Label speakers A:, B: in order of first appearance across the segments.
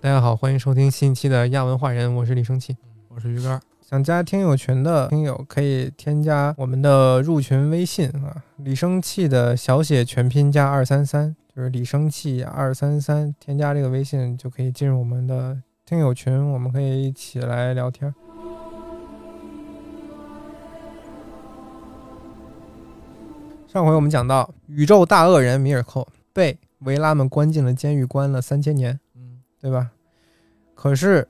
A: 大家好，欢迎收听新一期的亚文化人，我是李生气。
B: 我是鱼竿，
A: 想加听友群的听友可以添加我们的入群微信啊，李生气的小写全拼加二三三，就是李生气二三三，添加这个微信就可以进入我们的听友群，我们可以一起来聊天。上回我们讲到，宇宙大恶人米尔寇被维拉们关进了监狱，关了三千年。
B: 嗯，
A: 对吧？可是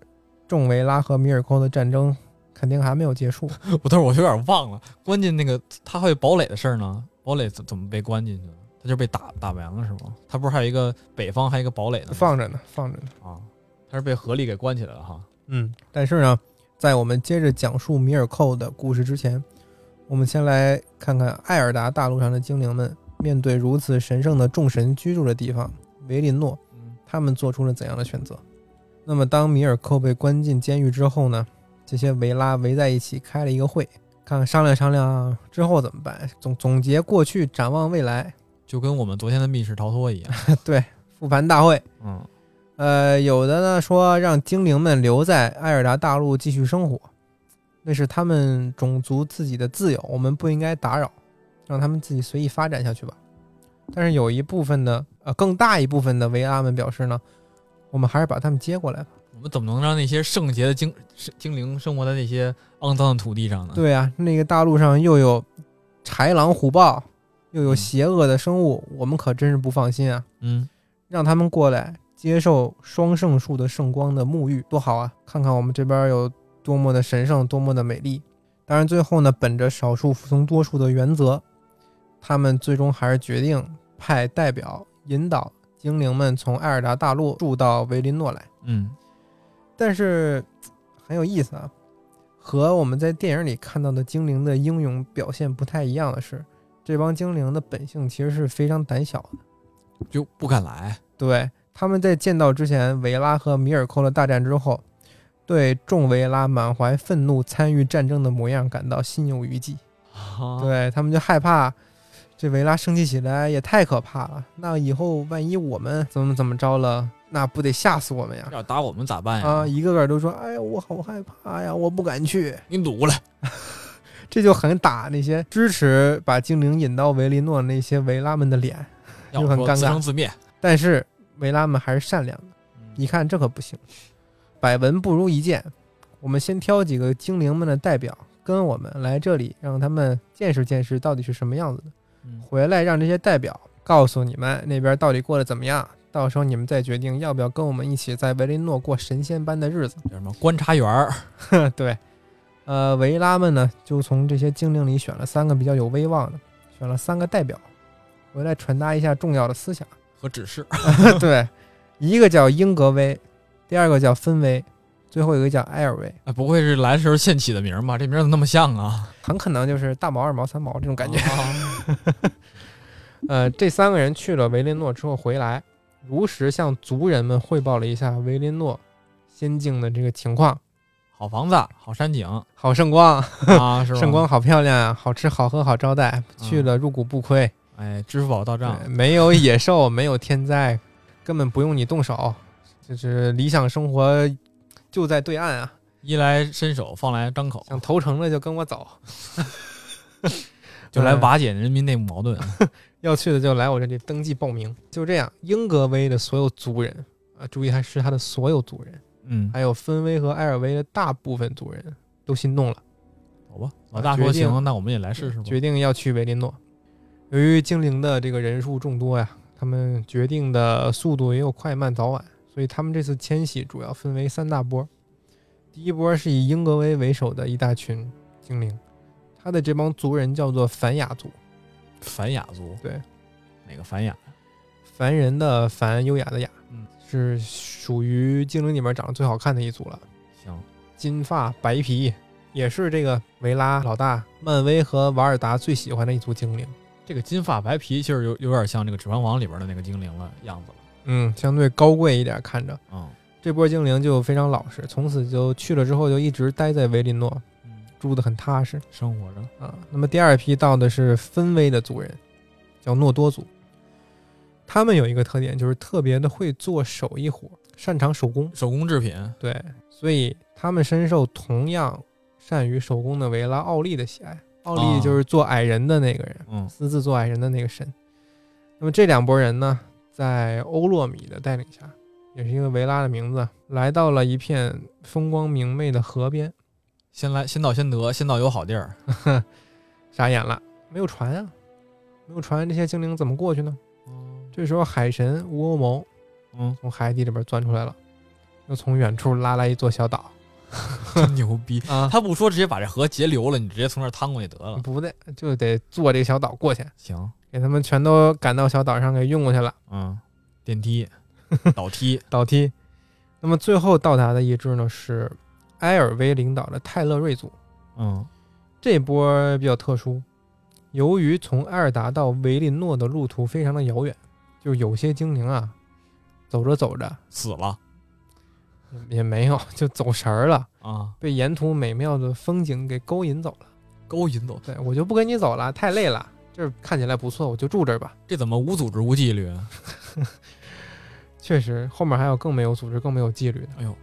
A: 众维拉和米尔寇的战争肯定还没有结束。
B: 我但是我有点忘了，关进那个他还有堡垒的事儿呢，堡垒怎怎么被关进去了？他就被打打完了是吗？他不是还有一个北方还有一个堡垒呢吗？
A: 放着呢，放着呢。
B: 啊，他是被合力给关起来了哈。
A: 嗯，但是呢，在我们接着讲述米尔寇的故事之前，我们先来看看艾尔达大陆上的精灵们面对如此神圣的众神居住的地方维林诺，
B: 嗯
A: 他们做出了怎样的选择？那么，当米尔寇被关进监狱之后呢？这些维拉围在一起开了一个会，看看商量商量啊之后怎么办，总总结过去，展望未来。
B: 就跟我们昨天的密室逃 脱一样。
A: 复盘大会。
B: 嗯，
A: 呃，有的呢说让精灵们留在艾尔达大陆继续生活，那是他们种族自己的自由，我们不应该打扰，让他们自己随意发展下去吧。但是有一部分的，呃，更大一部分的维阿们表示呢，我们还是把他们接过来吧。
B: 我们怎么能让那些圣洁的精精灵生活在那些肮脏的土地上呢？，
A: 对啊，那个大陆上又有豺狼虎豹，又有
B: 嗯
A: 邪恶的生物，我们可真是不放心啊。
B: 嗯，
A: 让他们过来接受双圣树的圣光的沐浴，多好啊！看看我们这边有多么的神圣，多么的美丽。当然，最后呢，本着少数服从多数的原则，他们最终还是决定派代表引导精灵们从艾尔达大陆住到维林诺来。
B: 嗯，
A: 但是嘖很有意思啊，和我们在电影里看到的精灵的英勇表现不太一样的是，这帮精灵的本性其实是非常胆小的。
B: 就不敢来。
A: 对，他们在见到之前维拉和米尔寇的大战之后，对众维拉满怀愤怒参与战争的模样感到心有余悸。
B: 啊，
A: 对他们就害怕这维拉生气起来也太可怕了，那以后万一我们怎么怎么着了，那不得吓死我们呀？
B: 要打我们咋哎办呀？
A: 啊，一个个都说：“哎呀，我好害怕呀，我不敢去。
B: 你掳过来。”
A: 这就很打那些支持把精灵引到维林诺那些维拉们的脸。
B: 要我
A: 就很
B: 说
A: 尴尬
B: 自生自灭。
A: 但是维拉们还是善良的。
B: 嗯
A: 一看这可不行，百闻不如一见。我们先挑几个精灵们的代表跟我们来这里，让他们见识见识到底是什么样子的。
B: 嗯
A: 回来让这些代表告诉你们那边到底过得怎么样，到时候你们再决定要不要跟我们一起在维林诺过神仙般的日子。
B: 叫什么观察员儿？
A: 对，呃，维拉们呢就从这些精灵里选了三个比较有威望的，选了三个代表，回来传达一下重要的思想。
B: 和指示，
A: 对，一个叫英格威，第二个叫芬威，最后一个叫埃尔威，
B: 哎，不会是来的时候现起的名儿吧？这名儿怎么那么像啊？
A: 很可能就是大毛、二毛、三毛这种感觉。
B: 啊
A: 呃，这三个人去了维林诺之后回来，如实向族人们汇报了一下维林诺仙境的这个情况。
B: 好房子，好 山景
A: 好圣光，
B: 啊，是吧？嗯
A: 圣光，好漂亮啊！好吃好喝好招待，去了入股不亏。
B: 哎，支付宝到账
A: 对，没有野兽，没有天灾，根本不用你动手，就是理想生活就在对岸啊！
B: 衣来伸手，饭来张口，
A: 想投诚了就跟我走， 嗯
B: 就来
A: 玩。
B: 瓦解人民内部矛盾。
A: 要去的就来我这里登记报名。就这样，英格威的所有族人啊，注意还是他的所有族人，
B: 嗯，
A: 还有芬威和埃尔威的大部分族人都心动了，
B: 走吧，老大
A: 决
B: 说
A: 定
B: 行，那我们也来试试吧。
A: 决定要去维林诺。由于精灵的这个人数众多呀，他们决定的速度也有快慢早晚，所以他们这次迁徙主要分为三大波。第一波是以英格威为首的一大群精灵，他的这帮族人叫做凡雅族，
B: 反雅族，
A: 对，
B: 哪个反雅？
A: 凡人的凡，优雅的雅，
B: 嗯，
A: 是属于精灵里面长得最好看的一组了。
B: 行，
A: 金发白皮，也是这个维拉老大、漫威和瓦尔达最喜欢的一组精灵。
B: 这个金发白皮其实有有点像这个《指环王》里边的那个精灵了样子了。
A: 嗯，相对高贵一点，看着
B: 嗯
A: 这波精灵就非常老实，从此就去了之后就一直待在维林诺，
B: 嗯，
A: 住得很踏实
B: 生活着，
A: 啊。那么第二批到的是芬威的族人，叫诺多族。他们有一个特点，就是特别的会做手艺活，擅长手工，
B: 手工制品，
A: 对，所以他们深受同样善于手工的维拉奥利的喜爱。奥利就是做矮人的那个人，
B: 啊嗯
A: 私自做矮人的那个神。那么这两拨人呢，在欧洛米的带领下，也是因为维拉的名字，来到了一片风光明媚的河边。
B: 先来先到先得，先到有好地儿。
A: 傻眼了，没有船啊，没有船，这些精灵怎么过去呢？这时候海神乌欧谋
B: 嗯，
A: 从海底里边钻出来了，又从远处拉来一座小岛
B: 真牛逼！
A: 啊，
B: 他不说直接把这河截流了，你直接从这儿趟过去得了。
A: 不对，就得坐这个小岛过去，
B: 行，
A: 给他们全都赶到小岛上给运过去了。
B: 嗯，电梯、 倒梯，
A: 倒梯。那么最后到达的一支呢是埃尔威领导的泰勒瑞族，
B: 嗯，
A: 这波比较特殊，由于从埃尔达到维林诺的路途非常的遥远，就有些精灵啊，走着走着
B: 死了
A: 也没有 就走神儿了，
B: 啊，
A: 被沿途美妙的风景给勾引走了。
B: 勾引走，
A: 对我就不跟你走了，太累了，这儿看起来不错，我就住这儿吧。
B: 这怎么无组织无纪律？啊
A: 确实，后面还有更没有组织、更没有纪律的。
B: 哎呦，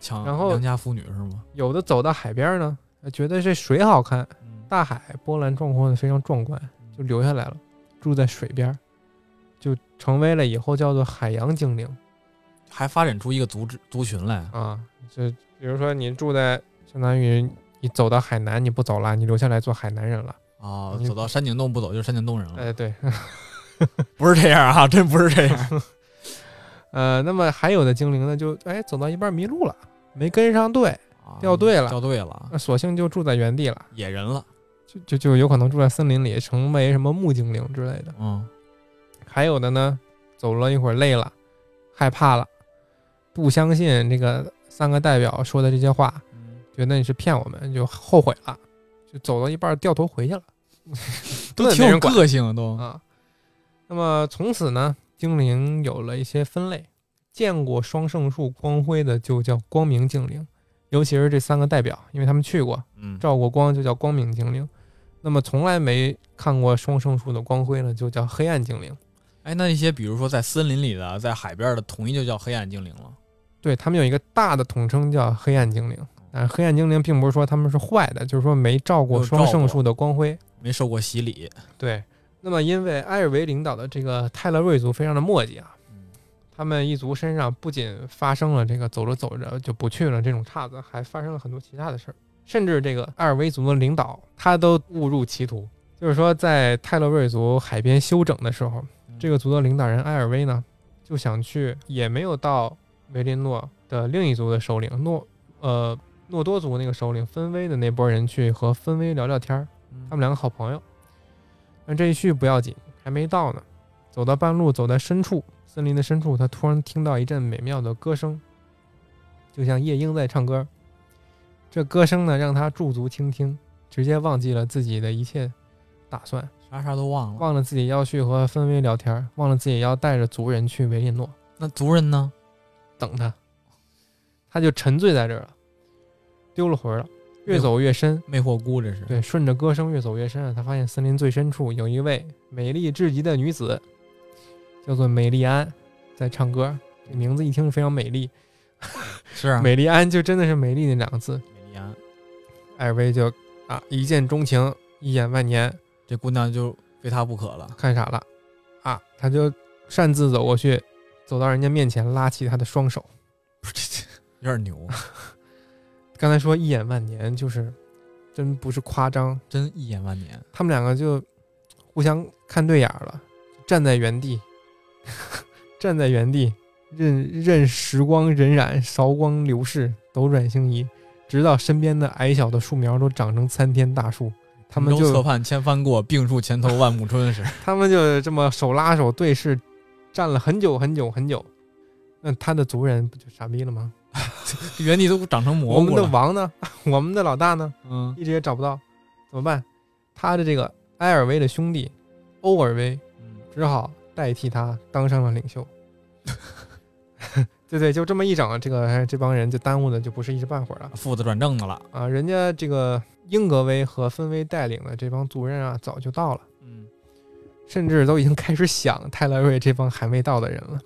B: 抢
A: 然后
B: 良家妇女是吗？
A: 有的走到海边儿呢，觉得这水好看，
B: 嗯
A: 大海波澜壮阔的非常壮观，就留下来了，住在水边儿，就成为了以后叫做海洋精灵
B: 还发展出一个族之族群来，
A: 啊。就比如说你住在，相当于你走到海南，你不走了，你留下来做海南人了。
B: 啊，
A: 你
B: 走到山顶洞不走就是山顶洞人了，
A: 哎，对，
B: 不是这样啊，真不是这样。
A: 呃，那么还有的精灵呢，就哎走到一半迷路了，没跟上队，
B: 啊
A: 掉队了
B: 掉队了，
A: 那索性就住在原地了，
B: 野人了，
A: 就就就有可能住在森林里，成为什么木精灵之类的。
B: 嗯，
A: 还有的呢，走了一会儿累了，害怕了，不相信这个三个代表说的这些话，
B: 嗯
A: 觉得你是骗我们，就后悔了，就走到一半掉头回去了， 根
B: 都
A: 本
B: 挺
A: 没
B: 有
A: 人管
B: 个性啊都，
A: 啊。那么从此呢，精灵有了一些分类，见过双圣树光辉的就叫光明精灵，尤其是这三个代表，因为他们去过，
B: 嗯，
A: 照过光就叫光明精灵。那么从来没看过双圣树的光辉呢，就叫黑暗精灵。
B: 哎，那一些比如说在森林里的，在海边的，统一就叫黑暗精灵了。
A: 对他们有一个大的统称叫黑暗精灵，但是黑暗精灵并不是说他们是坏的，就是说没照
B: 没
A: 过
B: 有
A: 双
B: 照
A: 圣
B: 过
A: 树的光辉。
B: 没受过洗礼，
A: 对，那么因为埃尔维领导的这个泰勒瑞族非常的墨迹啊，
B: 嗯
A: 他们一族身上不仅发生了这个走着走着就不去了这种岔子，还发生了很多其他的事儿，甚至这个埃尔维族的领导他都误入歧途。就是说，在泰勒瑞族海边休整的时候，
B: 嗯
A: 这个族的领导人埃尔威呢，就想去，也没有到维林诺的另一族的首领诺呃诺多族那个首领芬威的那波人去和芬威聊聊天儿。他们两个好朋友。但这一去不要紧，还没到呢，走到半路，走在深处森林的深处，他突然听到一阵美妙的歌声，就像夜莺在唱歌。这歌声呢，让他驻足倾听，直接忘记了自己的一切打算，
B: 啥啥都忘了。
A: 忘了自己要去和芬薇聊天，忘了自己要带着族人去维列诺
B: 那族人呢？
A: 等他，他就沉醉在这儿了，丢了魂儿了，越走越深，
B: 魅惑菇这是。
A: 对，顺着歌声越走越深啊，他发现森林最深处有一位美丽至极的女子，叫做美丽安，在唱歌。这名字一听非常美丽，
B: 是啊，
A: 美丽安就真的是美丽那两个字。
B: 美丽安
A: 艾尔薇就啊一见钟情，一眼万年，
B: 这姑娘就非他不可了。
A: 看傻了啊，他就擅自走过去，走到人家面前，拉起她的双手。
B: 不是，这有点牛，
A: 刚才说一眼万年，就是真不是夸张，
B: 真一眼万年。
A: 他们两个就互相看对眼儿了，站在原地， 站在原地，任任时光荏苒，韶光流逝，斗转星移，直到身边的矮小的树苗都长成参天大树，他们
B: 同舟侧
A: 就
B: 畔千帆过，病树前头万木春是。
A: 他们就这么手拉手对视，站了很久很久很久。那他的族人不就傻逼了吗？
B: 原地都长成
A: 我
B: 蘑
A: 们
B: 菇
A: 的
B: 了。
A: 王呢？ 我们的老大呢？
B: 嗯，
A: 一直也找不到，怎么办？他的这个埃尔维的兄弟欧尔维
B: 嗯
A: 只好代替他当上了领袖。 对对，就这么一整，这个哎这帮人就耽误的就不是一时半会儿了
B: 嗯父子转正的了。
A: 啊！人家这个英格威和芬威带领的这帮族人啊，早就到了，
B: 嗯，
A: 甚至都已经开始想泰勒瑞这帮还没到的人了。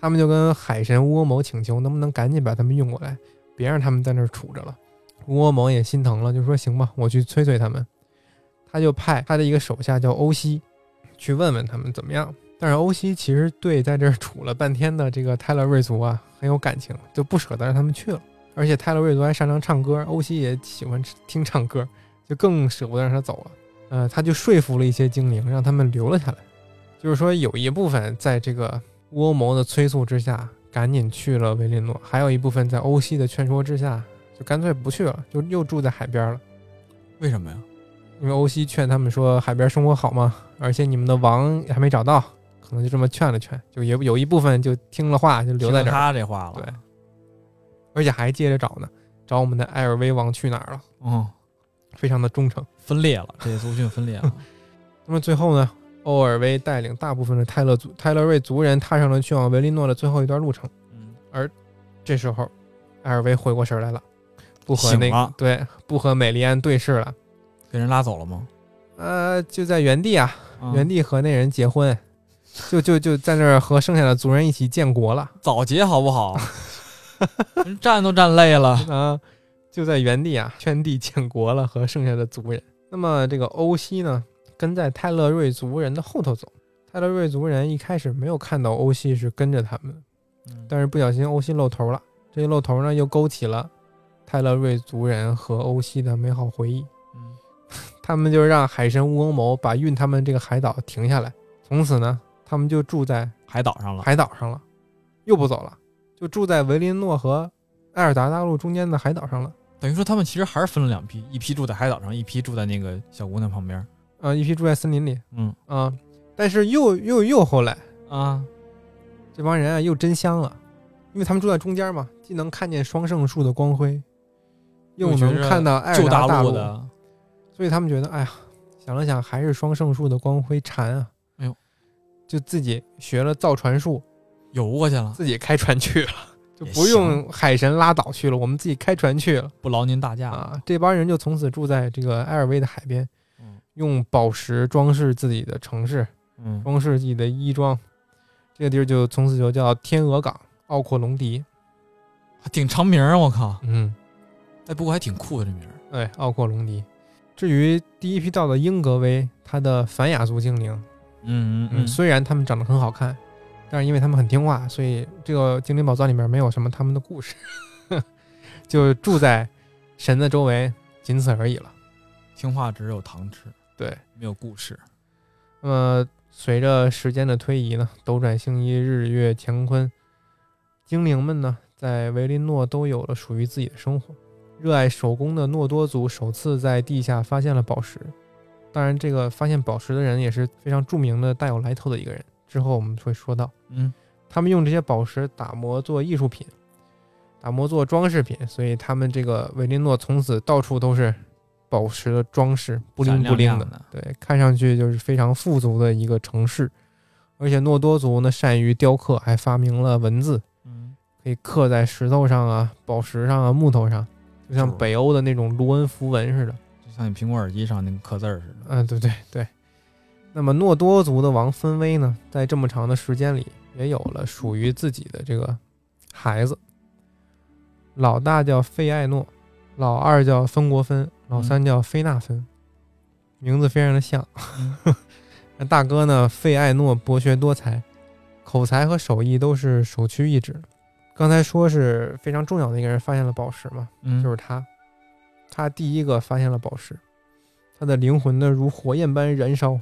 A: 他们就跟海神乌俄谋请求，能不能赶紧把他们运过来，别让他们在那儿杵着了。乌俄谋也心疼了，就说行吧，我去催催他们。他就派他的一个手下叫欧西，去问问他们怎么样。但是欧西其实对在这儿杵了半天的这个泰勒瑞族啊很有感情，就不舍得让他们去了。而且泰勒瑞族还擅长唱歌，欧西也喜欢听唱歌，就更舍不得让他走了。呃，他就说服了一些精灵，让他们留了下来。就是说，有一部分在这个乌欧谋的催促之下，赶紧去了维林诺；还有一部分在欧西的劝说之下，就干脆不去了，就又住在海边了。
B: 为什么呀？
A: 因为欧西劝他们说海边生活好嘛，而且你们的王还没找到，可能就这么劝了劝，就也有一部分就听了话，就留在
B: 听
A: 这儿，
B: 他这话了。
A: 对，而且还接着找呢，找我们的艾尔威王去哪儿了，
B: 嗯，
A: 非常的忠诚。
B: 分裂了，这族群分裂了。
A: 那么最后呢，欧尔威带领大部分的泰勒族泰勒瑞族人踏上了去往维林诺的最后一段路程。
B: 嗯，
A: 这时候，艾尔威回过神来了，不和
B: 醒
A: 那个
B: 了
A: 对不和美丽安对视了，
B: 给人拉走了吗？
A: 呃，就在原地啊，
B: 嗯
A: 原地和那人结婚，就就就在那儿和剩下的族人一起建国了
B: 早结好 不好？人站都站累了。
A: 啊！就在原地啊，圈地建国了，和剩下的族人。那么这个欧西呢，跟在泰勒瑞族人的后头走。泰勒瑞族人一开始没有看到欧西是跟着他们的，
B: 嗯
A: 但是不小心欧西露头了。这一露头呢，又勾起了泰勒瑞族人和欧西的美好回忆。
B: 嗯
A: 他们就让海神乌翁谋把运他们这个海岛停下来，从此呢，他们就住在
B: 海岛上了。
A: 海岛上了，又不走了，就住在维林诺和埃尔达大陆中间的海岛上了。
B: 等于说他们其实还是分了两批，一批住在海岛上，一批住在那个小姑娘旁边。
A: 呃，一批住在森林里
B: 嗯
A: 啊、但是又又又后来，
B: 啊，
A: 这帮人啊又真香了，因为他们住在中间嘛，既能看见双圣树的光辉，又
B: 又觉
A: 能
B: 着
A: 看到埃尔
B: 旧
A: 达
B: 陆
A: 陆，
B: 的，
A: 所以他们觉得，哎呀，想了想还是双圣树的光辉馋啊，
B: 哎呦，
A: 就自己学了造船术，
B: 游过去了，
A: 自己开船去了，就
B: 也
A: 不
B: 行
A: 用海神拉倒去了，我们自己开船去了。
B: 不劳您大驾。
A: 啊，这帮人就从此住在这个埃尔威的海边，
B: 嗯
A: 用宝石装饰自己的城市，
B: 嗯，
A: 装饰自己的衣装。这个地儿就从此就叫天鹅港，奥阔隆迪。
B: 还挺长名儿，我靠！
A: 嗯，
B: 哎，不过还挺酷的这名儿。
A: 哎，奥阔隆迪。至于第一批到的英格威，他的凡雅族精灵，
B: 嗯
A: 虽然他们长得很好看，但是因为他们很听话，所以这个精灵宝藏里面没有什么他们的故事， 就住在神的周围，仅此而已了。
B: 听话只有糖吃，
A: 对，
B: 没有故事。
A: 那么随着时间的推移呢，斗转星移，日月乾坤，精灵们呢在维林诺都有了属于自己的生活。热爱手工的诺多族首次在地下发现了宝石，当然，这个发现宝石的人也是非常著名的、大有来头的一个人。之后我们会说到，
B: 嗯，
A: 他们用这些宝石打磨做艺术品，打磨做装饰品，所以他们这个维林诺从此到处都是宝石的装饰，不灵不
B: 闪
A: 灵
B: 亮亮
A: 的。
B: 的。嗯
A: 对，看上去就是非常富足的一个城市。而且诺多族呢善于雕刻，还发明了文字，
B: 嗯，
A: 可以刻在石头上啊、宝石上啊、木头上，就像
B: 是
A: 北欧的那种卢恩符文似的。
B: 就像你苹果耳机上那个刻字儿似的。
A: 嗯，对对对。那么诺多族的王芬威呢，在这么长的时间里，也有了属于自己的这个孩子。老大叫费艾诺，老二叫芬国芬，老三叫菲纳芬，名字非常的像。 那大哥呢，费艾诺博学多才，口才和手艺都是首屈一指。刚才说是非常重要的一个人发现了宝石嘛，
B: 嗯，
A: 就是他，他第一个发现了宝石，他的灵魂呢如火焰般燃烧，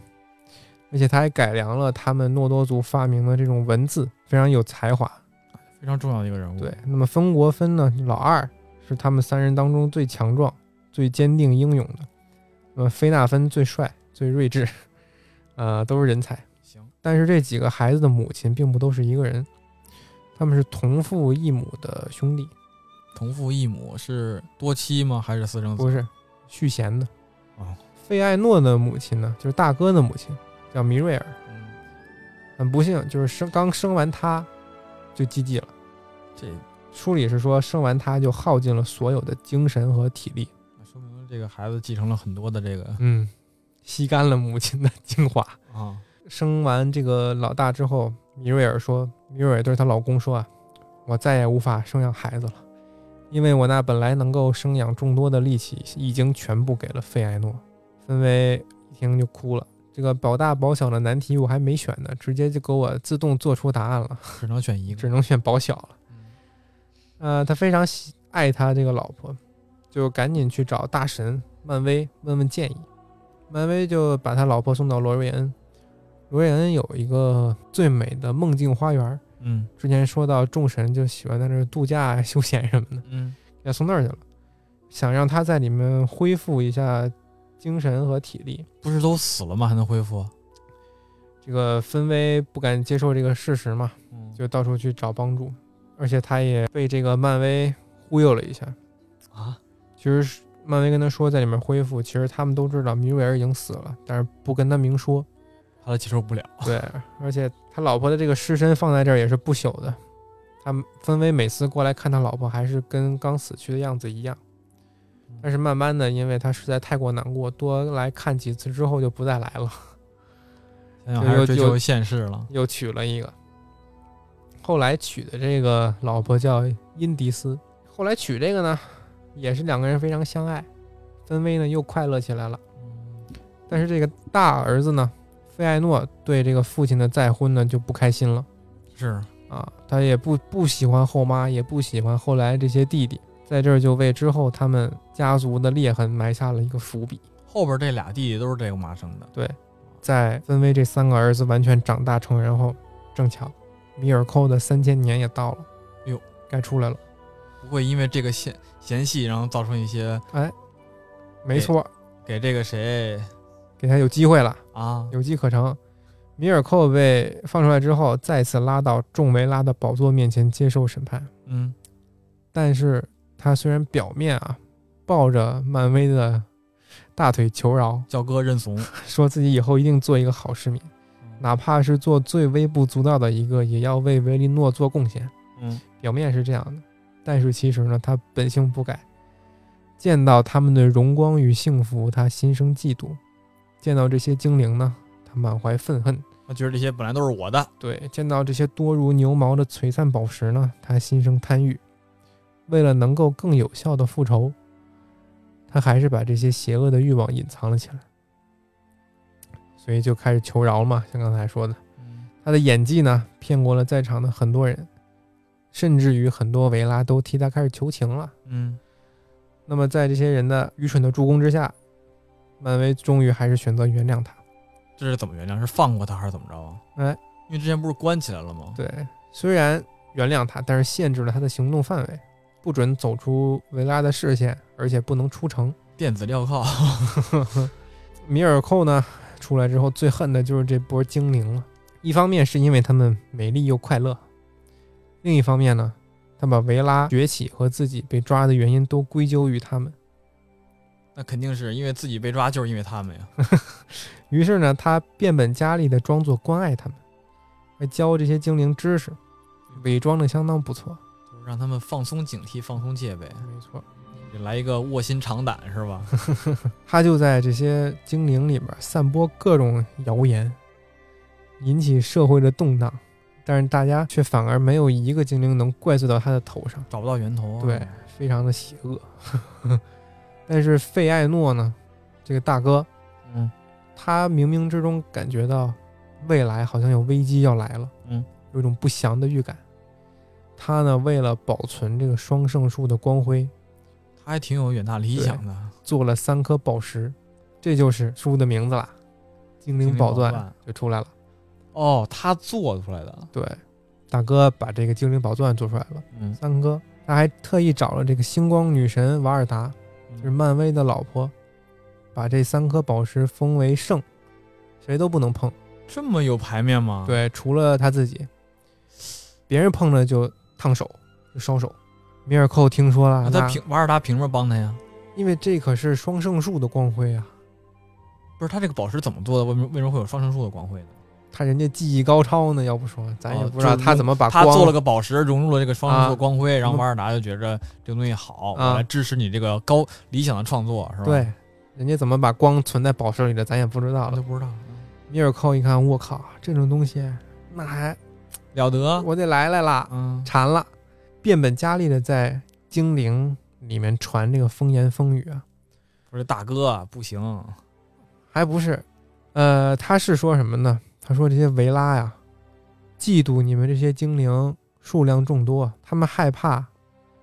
A: 而且他还改良了他们诺多族发明的这种文字，非常有才华。
B: 非常重要的一个人物。
A: 对，，那么封国芬呢，老二是他们三人当中最强壮、最坚定、英勇的，那么菲纳芬最帅、最睿智， 呃，都是人才。
B: 行，
A: 但是这几个孩子的母亲并不都是一个人，他们是同父异母的兄弟，
B: 同父异母是多妻吗？还是私生子？
A: 不是续弦的。
B: 哦，
A: 费艾诺的母亲呢，就是大哥的母亲，叫米瑞尔。
B: 嗯，
A: 很不幸，就是生刚生完他，就寂寂了。
B: 这
A: 书里是说，生完他就耗尽了所有的精神和体力，
B: 那说明这个孩子继承了很多的这个
A: 嗯，吸干了母亲的精华。
B: 啊，
A: 生完这个老大之后，米瑞尔说，米瑞尔对她老公说啊，我再也无法生养孩子了，因为我那本来能够生养众多的力气已经全部给了费埃诺。芬薇一听就哭了，这个保大保小的难题我还没选呢，直接就给我自动做出答案了，
B: 只能选一
A: 只
B: 个。
A: 能选保小了。
B: 嗯
A: 呃，他非常喜爱他这个老婆，就赶紧去找大神漫威问问建议。漫威就把他老婆送到罗瑞恩，罗瑞恩有一个最美的梦境花园。
B: 嗯
A: 之前说到众神就喜欢在那儿度假啊、休闲什么的，
B: 嗯
A: 给他送那儿去了，想让他在里面恢复一下精神和体力。
B: 不是都死了吗？还能恢复？
A: 这个芬薇不敢接受这个事实嘛，
B: 嗯，
A: 就到处去找帮助，而且他也被这个漫威忽悠了一下，
B: 啊，
A: 其实是漫威跟他说在里面恢复，其实他们都知道米瑞尔已经死了，但是不跟他明说。
B: 怕他接受不了。
A: 对，而且他老婆的这个尸身放在这儿也是不朽的。他们芬薇每次过来看他老婆，还是跟刚死去的样子一样。
B: 嗯
A: 但是慢慢的，因为他实在太过难过，多来看几次之后就不再来了，
B: 想想还是追
A: 就
B: 求现实了。
A: 又娶了一个。后来娶的这个老婆叫殷迪斯，后来娶这个呢，也是两个人非常相爱，芬薇呢又快乐起来了。
B: 嗯
A: 但是这个大儿子呢，费艾诺对这个父亲的再婚呢就不开心了
B: 是，
A: 啊，他也不不喜欢后妈，也不喜欢后来这些弟弟，在这儿就为之后他们家族的裂痕埋下了一个伏笔。
B: 后边这俩弟弟都是这个妈生的。
A: 在芬薇这三个儿子完全长大成人后，正巧米尔寇的三千年也到了，
B: 哎呦，
A: 该出来了，
B: 不会因为这个嫌嫌隙，然后造成一些
A: 没错，
B: 给这个谁
A: 给他有机会了，
B: 啊，
A: 有机可乘。米尔寇被放出来之后，再次拉到众维拉的宝座面前接受审判。
B: 嗯，
A: 但是他虽然表面啊抱着漫威的大腿求饶，
B: 叫哥认怂，
A: 说自己以后一定做一个好市民，哪怕是做最微不足道的一个，也要为维利诺做贡献。
B: 嗯，
A: 表面是这样的，但是其实呢，他本性不改。见到他们的荣光与幸福，他心生嫉妒；见到这些精灵呢，他满怀愤恨；
B: 他觉得这些本来都是我的，
A: 对，见到这些多如牛毛的璀璨宝石呢，他心生贪欲。为了能够更有效的复仇，他还是把这些邪恶的欲望隐藏了起来，所以就开始求饶嘛，像刚才说的，
B: 嗯
A: 他的演技呢骗过了在场的很多人，甚至于很多维拉都替他开始求情了。
B: 嗯，
A: 那么在这些人的愚蠢的助攻之下，漫威终于还是选择原谅他。
B: 这是怎么原谅？是放过他还是怎么着啊？
A: 哎，
B: 因为之前不是关起来了吗？
A: 对，虽然原谅他，但是限制了他的行动范围，不准走出维拉的视线，而且不能出 城。
B: 电子镣铐，
A: 米尔寇呢，出来之后最恨的就是这波精灵了。一方面是因为他们美丽又快乐，另一方面呢，他把维拉崛起和自己被抓的原因都归咎于他们。
B: 那肯定是因为自己被抓，就是因为他们呀。
A: 于是呢，他变本加厉地装作关爱他们，还教这些精灵知识，伪装得相当不错。
B: 就是让他们放松警惕，放松戒备，
A: 没错，
B: 给来一个卧薪尝胆，是吧？
A: 他就在这些精灵里面散播各种谣言，引起社会的动荡，但是大家却反而没有一个精灵能怪罪到他的头上，
B: 找不到源头、啊。
A: 对，非常的邪恶。 但是费艾诺呢，这个大哥，
B: 嗯，
A: 他冥冥之中感觉到未来好像有危机要来了，
B: 嗯，
A: 有一种不祥的预感。他呢，为了保存这个双圣树的光辉，
B: 他还挺有远大理想的。
A: 做了三颗宝石，这就是书的名字啦，《精灵宝钻
B: 精灵宝》
A: 就出来了。
B: 哦，他做出来的。
A: 对，大哥把这个精灵宝钻做出来了，
B: 嗯，
A: 三哥他还特意找了这个星光女神瓦尔达，就是
B: 嗯
A: 漫威的老婆，把这三颗宝石封为圣，谁都不能碰。
B: 这么有牌面吗？，
A: 对，除了他自己，别人碰了就烫手，就烧手。米尔寇听说了，
B: 那他
A: 那
B: 凭瓦尔达凭什么帮他呀？
A: 因为这可是双圣树的光辉啊，
B: 不是他这个宝石怎么做的？为什么为什么会有双生树的光辉呢？
A: 他人家技艺高超呢，要不说咱也
B: 哦
A: 不知道
B: 就是
A: 他怎么把
B: 他
A: 光
B: 做了个宝石，融入了这个双生树
A: 啊
B: 的光辉，然后
A: 什么
B: 瓦尔达就觉着这个东西好，
A: 啊
B: 我来支持你这个高理想的创作，是吧？，
A: 对，人家怎么把光存在宝石里的，咱也不知道
B: 我
A: 了
B: 都。不知道。
A: 米尔寇一看，我靠，这种东西那还
B: 了得，
A: 我得来来啦，
B: 嗯，
A: 馋了，变本加厉的在精灵里面传这个风言风语啊，
B: 我说大哥啊不行，
A: 还不是，呃，他是说什么呢？他说这些维拉呀，嫉妒你们这些精灵数量众多，他们害怕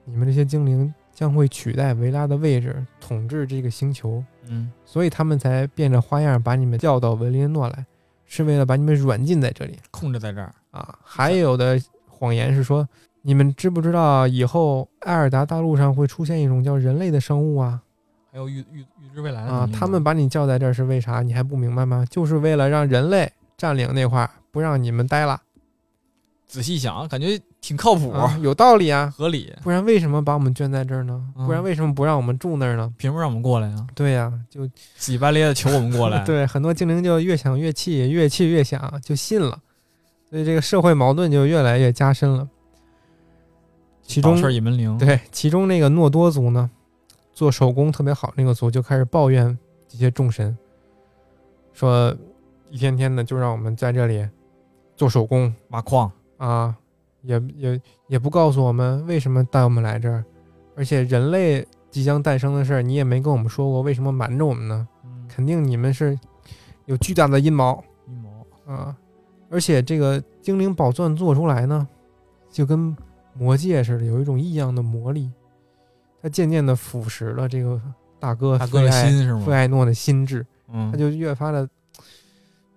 A: 你们这些精灵将会取代维拉的位置，统治这个星球，
B: 嗯，
A: 所以他们才变着花样把你们调到维林诺来，是为了把你们软禁在这里。
B: 控制在这儿，
A: 啊，还有的谎言是说，你们知不知道以后艾尔达大陆上会出现一种叫人类的生物啊？
B: 还有预预预知未来的能
A: 啊
B: 力，呢
A: 他们把你叫在这儿是为啥？你还不明白吗？就是为了让人类占领那块儿，不让你们待了。
B: 仔细想，感觉挺靠谱，
A: 啊，有道理 啊，
B: 合理，
A: 不然为什么把我们圈在这儿呢？
B: 嗯
A: 不然为什么不让我们住那儿呢？
B: 凭什么让我们过来啊？
A: 对呀、就
B: 死乞白咧的求我们过 来，
A: 对，很多精灵就越想越气，越气越想，就信了，所以这个社会矛盾就越来越加深了。其中
B: 事儿也门铃，，
A: 对，其中那个诺多族呢，做手工特别好那个族就开始抱怨这些众神，说一天天的就让我们在这里做手工
B: 挖矿，
A: 啊，也也也不告诉我们为什么带我们来这儿，而且人类即将诞生的事儿你也没跟我们说过，为什么瞒着我们呢？
B: 嗯，
A: 肯定你们是有巨大的阴谋
B: 阴谋，
A: 啊！而且这个精灵宝钻做出来呢，就跟魔戒似的，有一种异样的魔力。它渐渐的腐蚀了这个大哥
B: 大哥的
A: 费艾
B: 心是
A: 费
B: 吗？
A: 艾诺的心智，
B: 嗯，
A: 他就越发的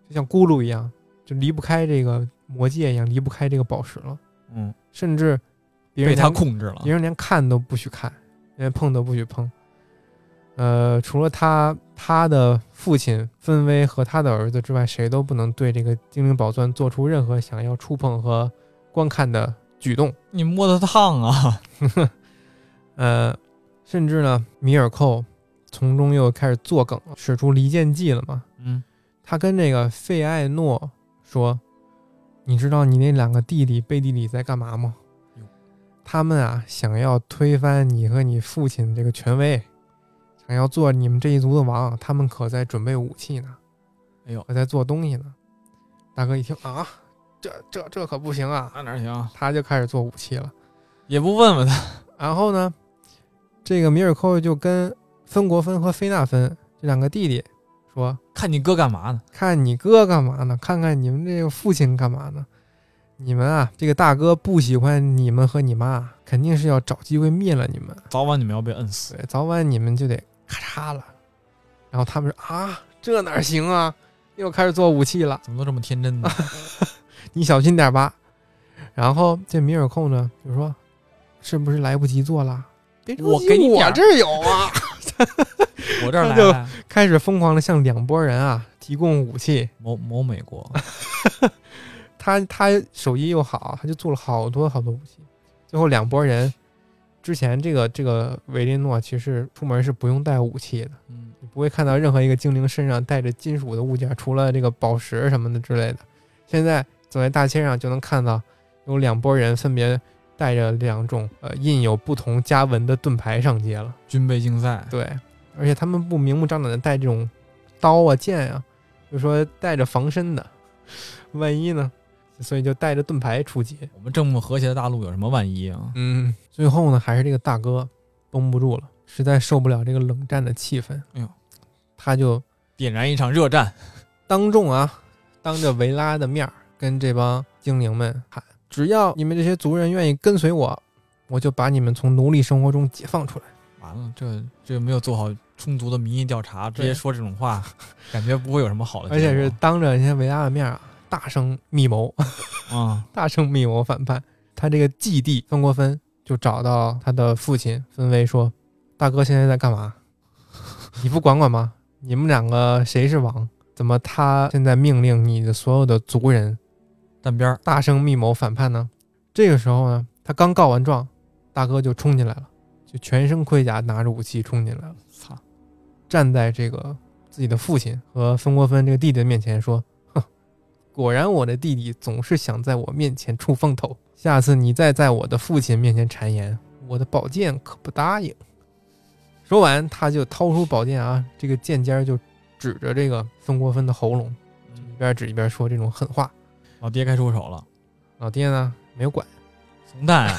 A: 就像咕噜一样，就离不开这个魔戒一样，离不开这个宝石了。
B: 嗯
A: 甚至别人
B: 被他
A: 连
B: 控制了，
A: 别人连看都不许看，连碰都不许碰。呃，除了他他的父亲芬威和他的儿子之外，谁都不能对这个精灵宝钻做出任何想要触碰和观看的举动。
B: 你摸的烫啊，
A: 呃，甚至呢，米尔寇从中又开始作梗了，使出离间计了嘛。
B: 嗯，
A: 他跟这个费艾诺说：“你知道你那两个弟弟背地里在干嘛吗
B: 哟？
A: 他们啊，想要推翻你和你父亲这个权威，想要做你们这一族的王。他们可在准备武器呢，
B: 哎呦
A: 可在做东西呢。”大哥一听啊，这这这可不行啊，
B: 那哪行啊？
A: 他就开始做武器了。
B: 也不问问他，
A: 然后呢，这个米尔寇就跟芬国芬和菲纳芬这两个弟弟说：“
B: 看你哥干嘛呢？
A: 看你哥干嘛呢？看看你们这个父亲干嘛呢？你们啊，这个大哥不喜欢你们和你妈，肯定是要找机会灭了你们，
B: 早晚你们要被摁死，
A: 对，早晚你们就得咔嚓了。然后他们说啊，这哪行啊？又开始做武器了，
B: 怎么都这么 天真呢？
A: 你小心点吧。然后这米尔寇呢，就说是不是来不及做了？别着急
B: 我给你
A: 我
B: 点儿
A: 这儿有 啊。
B: 我这儿来啊
A: 那就
B: 了，
A: 开始疯狂的向两拨人啊提供武器，
B: 某某美国，
A: 他他手艺又好，他就做了好多好多武器。最后两拨人，之前这个这个维林诺其实出门是不用带武器的，
B: 嗯，
A: 你不会看到任何一个精灵身上带着金属的物件，除了这个宝石什么的之类的。现在走在大街上就能看到有两拨人分别带着两种呃印有不同家纹的盾牌上街了。
B: 军备竞赛，
A: 对，而且他们不明目张胆的带这种刀啊、剑啊，就说带着防身的，万一呢？所以就带着盾牌出街。
B: 我们这么和谐的大陆有什么万一啊？
A: 嗯，最后呢，还是这个大哥绷不住了，实在受不了这个冷战的气氛。
B: 哎呦，
A: 他就
B: 点燃一场热战，
A: 当众啊，当着维拉的面儿跟这帮精灵们喊：“只要你们这些族人愿意跟随我，我就把你们从奴隶生活中解放出来。”
B: 完了，这这没有做好充足的民意调查，直接说这种话，感觉不会有什么好的
A: 而
B: 结
A: 且
B: 果，
A: 是当着人家维拉的面儿啊，大声密谋。
B: 啊，
A: 大声密谋反叛。他这个继弟曾国藩就找到他的父亲分威说：“大哥现在在干嘛？你不管管吗？你们两个谁是王？怎么他现在命令你的所有的族人
B: 站边儿，
A: 大声密谋反叛呢？”这个时候呢，他刚告完状，大哥就冲进来了，就全身盔甲，拿着武器冲进来了，
B: 操，
A: 站在这个自己的父亲和曾国藩这个弟弟的面前说：“果然，我的弟弟总是想在我面前出风头。下次你再在我的父亲面前谗言，我的宝剑可不答应。”说完，他就掏出宝剑啊，这个剑尖儿就指着嗯这个曾国藩的喉咙，一边指一边说这种狠话。
B: 老爹该出手了，
A: 老爹呢没有管。
B: 怂蛋 啊，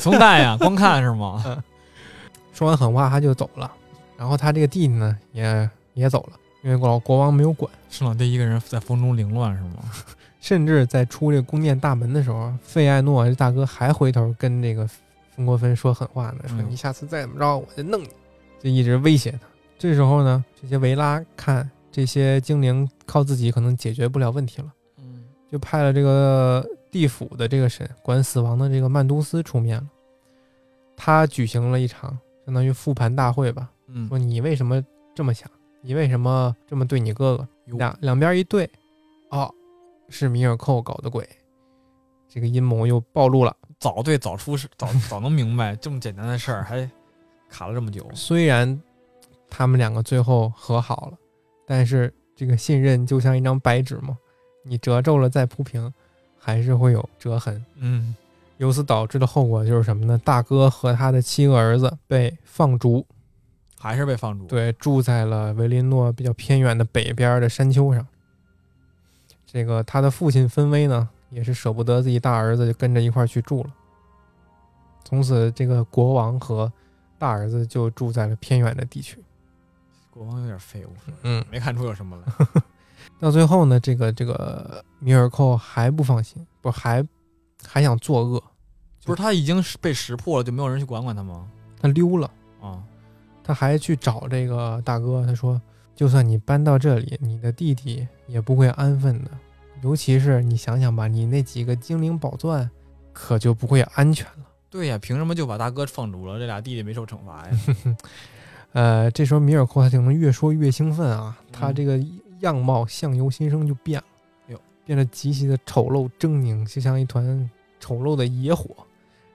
B: 怂蛋呀，光看是吗？
A: 嗯说完狠话他就走了，然后他这个弟弟呢也也走了，因为老国王没有管，
B: 是老爹一个人在风中凌乱是吗？
A: 甚至在出这个宫殿大门的时候，啊费艾诺这大哥还回头跟这个冯国芬说狠话呢，说
B: 嗯
A: 你下次再怎么着我就弄你，就一直威胁他。这时候呢，这些维拉看这些精灵靠自己可能解决不了问题了。
B: 嗯，
A: 就派了这个地府的这个神管死亡的这个曼都斯出面了，他举行了一场相当于复盘大会吧，
B: 嗯
A: 说你为什么这么想，你为什么这么对你哥哥？
B: 有
A: 两两边一对，哦，是米尔寇搞的鬼，这个阴谋又暴露了。
B: 早对早出是早早能明白这么简单的事儿，还卡了这么久。
A: 虽然他们两个最后和好了，但是这个信任就像一张白纸嘛，你褶皱了再铺平，还是会有折痕。
B: 嗯，
A: 由此导致的后果就是什么呢？大哥和他的七个儿子被放逐，
B: 还是被放逐。，
A: 对，住在了维林诺比较偏远的北边的山丘上。这个他的父亲芬威呢，也是舍不得自己大儿子，就跟着一块儿去住了。从此，这个国王和大儿子就住在了偏远的地区。
B: 国王有点废物，
A: 嗯，
B: 没看出有什么来。
A: 到最后呢，这个这个米尔寇还不放心，不还还想作恶，
B: 不是他已经是被识破了，就没有人去管管他吗？
A: 他溜了。
B: 啊，
A: 他还去找这个大哥，他说：“就算你搬到这里，你的弟弟也不会安分的。尤其是你想想吧，你那几个精灵宝钻，可就不会安全了。
B: 对呀，凭什么就把大哥放逐了？这俩弟弟没受惩罚呀？”
A: 呃，这时候米尔寇他就能越说越兴奋啊，他
B: 嗯
A: 这个样貌相由心生就变了，
B: 哟
A: 变得极其的丑陋狰狞，就像一团丑陋的野火，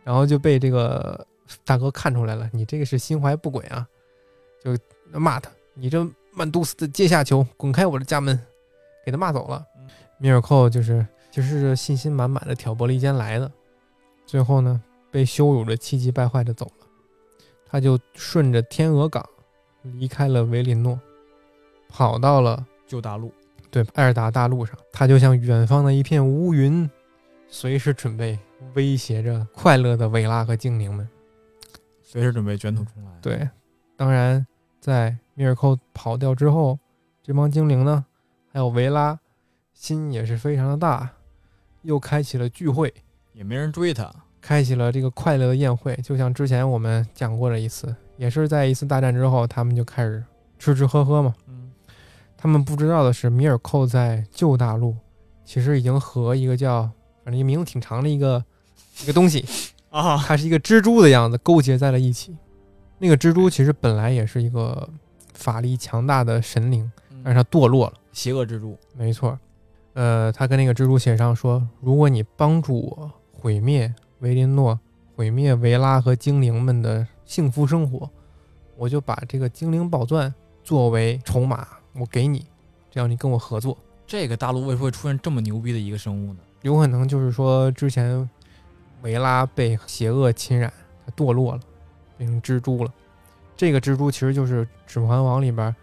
A: 然后就被这个大哥看出来了，你这个是心怀不轨啊，就骂他，你这曼都斯的阶下囚，滚开我的家门，给他骂走了
B: 嗯。
A: 米尔寇就是就是信心满满的挑拨离间来的，最后呢被羞辱的气急败坏的走了，他就顺着天鹅港离开了维林诺，跑到了
B: 救大陆，
A: 对艾尔达大陆上，他就像远方的一片乌云，随时准备威胁着快乐的维拉和精灵们。
B: 随嗯时准备卷土重来。，
A: 对，当然，在米尔寇跑掉之后，这帮精灵呢，还有维拉，心也是非常的大，又开启了聚会，
B: 也没人追他。
A: 开启了这个快乐的宴会。就像之前我们讲过的一次，也是在一次大战之后，他们就开始吃吃喝喝嘛。
B: 嗯，
A: 他们不知道的是，米尔寇在旧大陆其实已经和一个叫反正一个名字挺长的一个一个东西，
B: 啊，
A: 它是一个蜘蛛的样子勾结在了一起。那个蜘蛛其实本来也是一个法力强大的神灵，但是它堕落了。
B: 邪恶之蛛，
A: 没错，呃，他跟那个蜘蛛协商说，如果你帮助我毁灭维林诺、毁灭维拉和精灵们的幸福生活，我就把这个精灵宝钻作为筹码，我给你，只要你跟我合作。
B: 这个大陆为什么会出现这么牛逼的一个生物呢？
A: 有可能就是说之前维拉被邪恶侵染，他堕落了，变成蜘蛛了。这个蜘蛛其实就是《指环王》里边儿，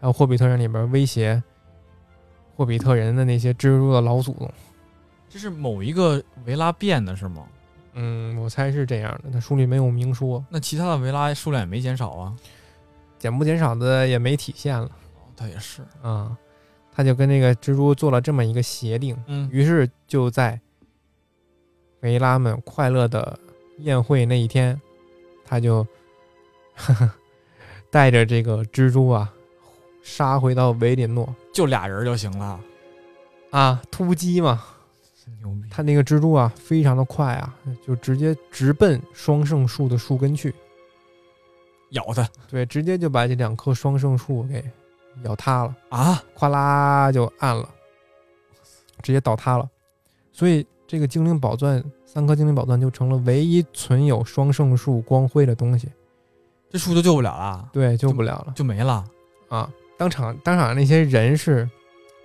A: 还有《霍比特人》里边儿威胁霍比特人的那些蜘蛛的老祖宗。
B: 这是某一个维拉变的是吗？
A: 嗯，我猜是这样的。他书里没有明说，
B: 那其他的维拉数量也没减少啊。
A: 减不减少的也没体现了
B: 哦，他也是，
A: 啊。他就跟这个蜘蛛做了这么一个协定，
B: 嗯，
A: 于是就在维拉们快乐的宴会那一天，他就 带着这个蜘蛛啊，杀回到维林诺
B: 就俩人就行了，
A: 啊，突击嘛。
B: 真牛逼。
A: 他那个蜘蛛啊，非常的快啊，就直接直奔双圣树的树根去，
B: 咬他
A: 对，直接就把这两棵双圣树给咬塌了。
B: 啊！
A: 哗啦就按了，直接倒塌了。所以这个精灵宝钻，三颗精灵宝钻就成了唯一存有双圣树光辉的东西，
B: 这树就救不了了，
A: 对，救不了了
B: 就没了。
A: 啊！当场当场那些人是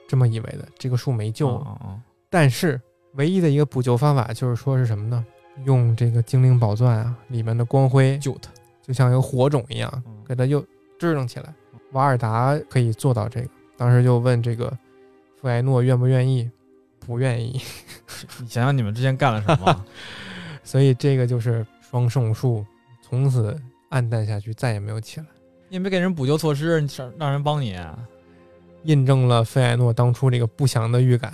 A: 这么以为的，这个树没救了。
B: 嗯嗯
A: 但是唯一的一个补救方法就是说是什么呢？用这个精灵宝钻啊里面的光辉
B: 嗯，，救他。
A: 就像一个火种一样，
B: 嗯
A: 给它又支棱起来。瓦尔达可以做到这个，当时就问这个富埃诺愿不愿意。不愿意，
B: 你想想你们之前干了什 么？
A: 所以这个就是双圣术从此暗淡下去，再也没有起来，
B: 你也没给人补救措施，你让让人帮你。啊
A: 印证了费艾诺当初这个不祥的预感。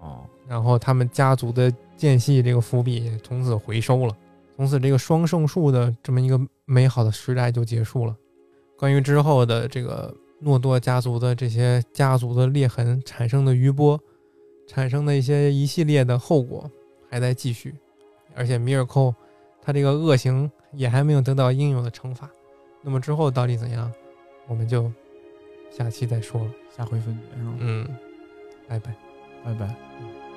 B: 哦，
A: 然后他们家族的间隙这个伏笔从此回收了，从此这个双圣树的这么一个美好的时代就结束了。关于之后的这个诺多家族的这些家族的裂痕产生的余波，产生的一些一系列的后果还在继续，而且米尔寇他这个恶行也还没有得到应有的惩罚。那么之后到底怎样，我们就下期再说了。
B: 下回分解是吗？
A: 嗯，拜拜。
B: 拜拜。
A: 嗯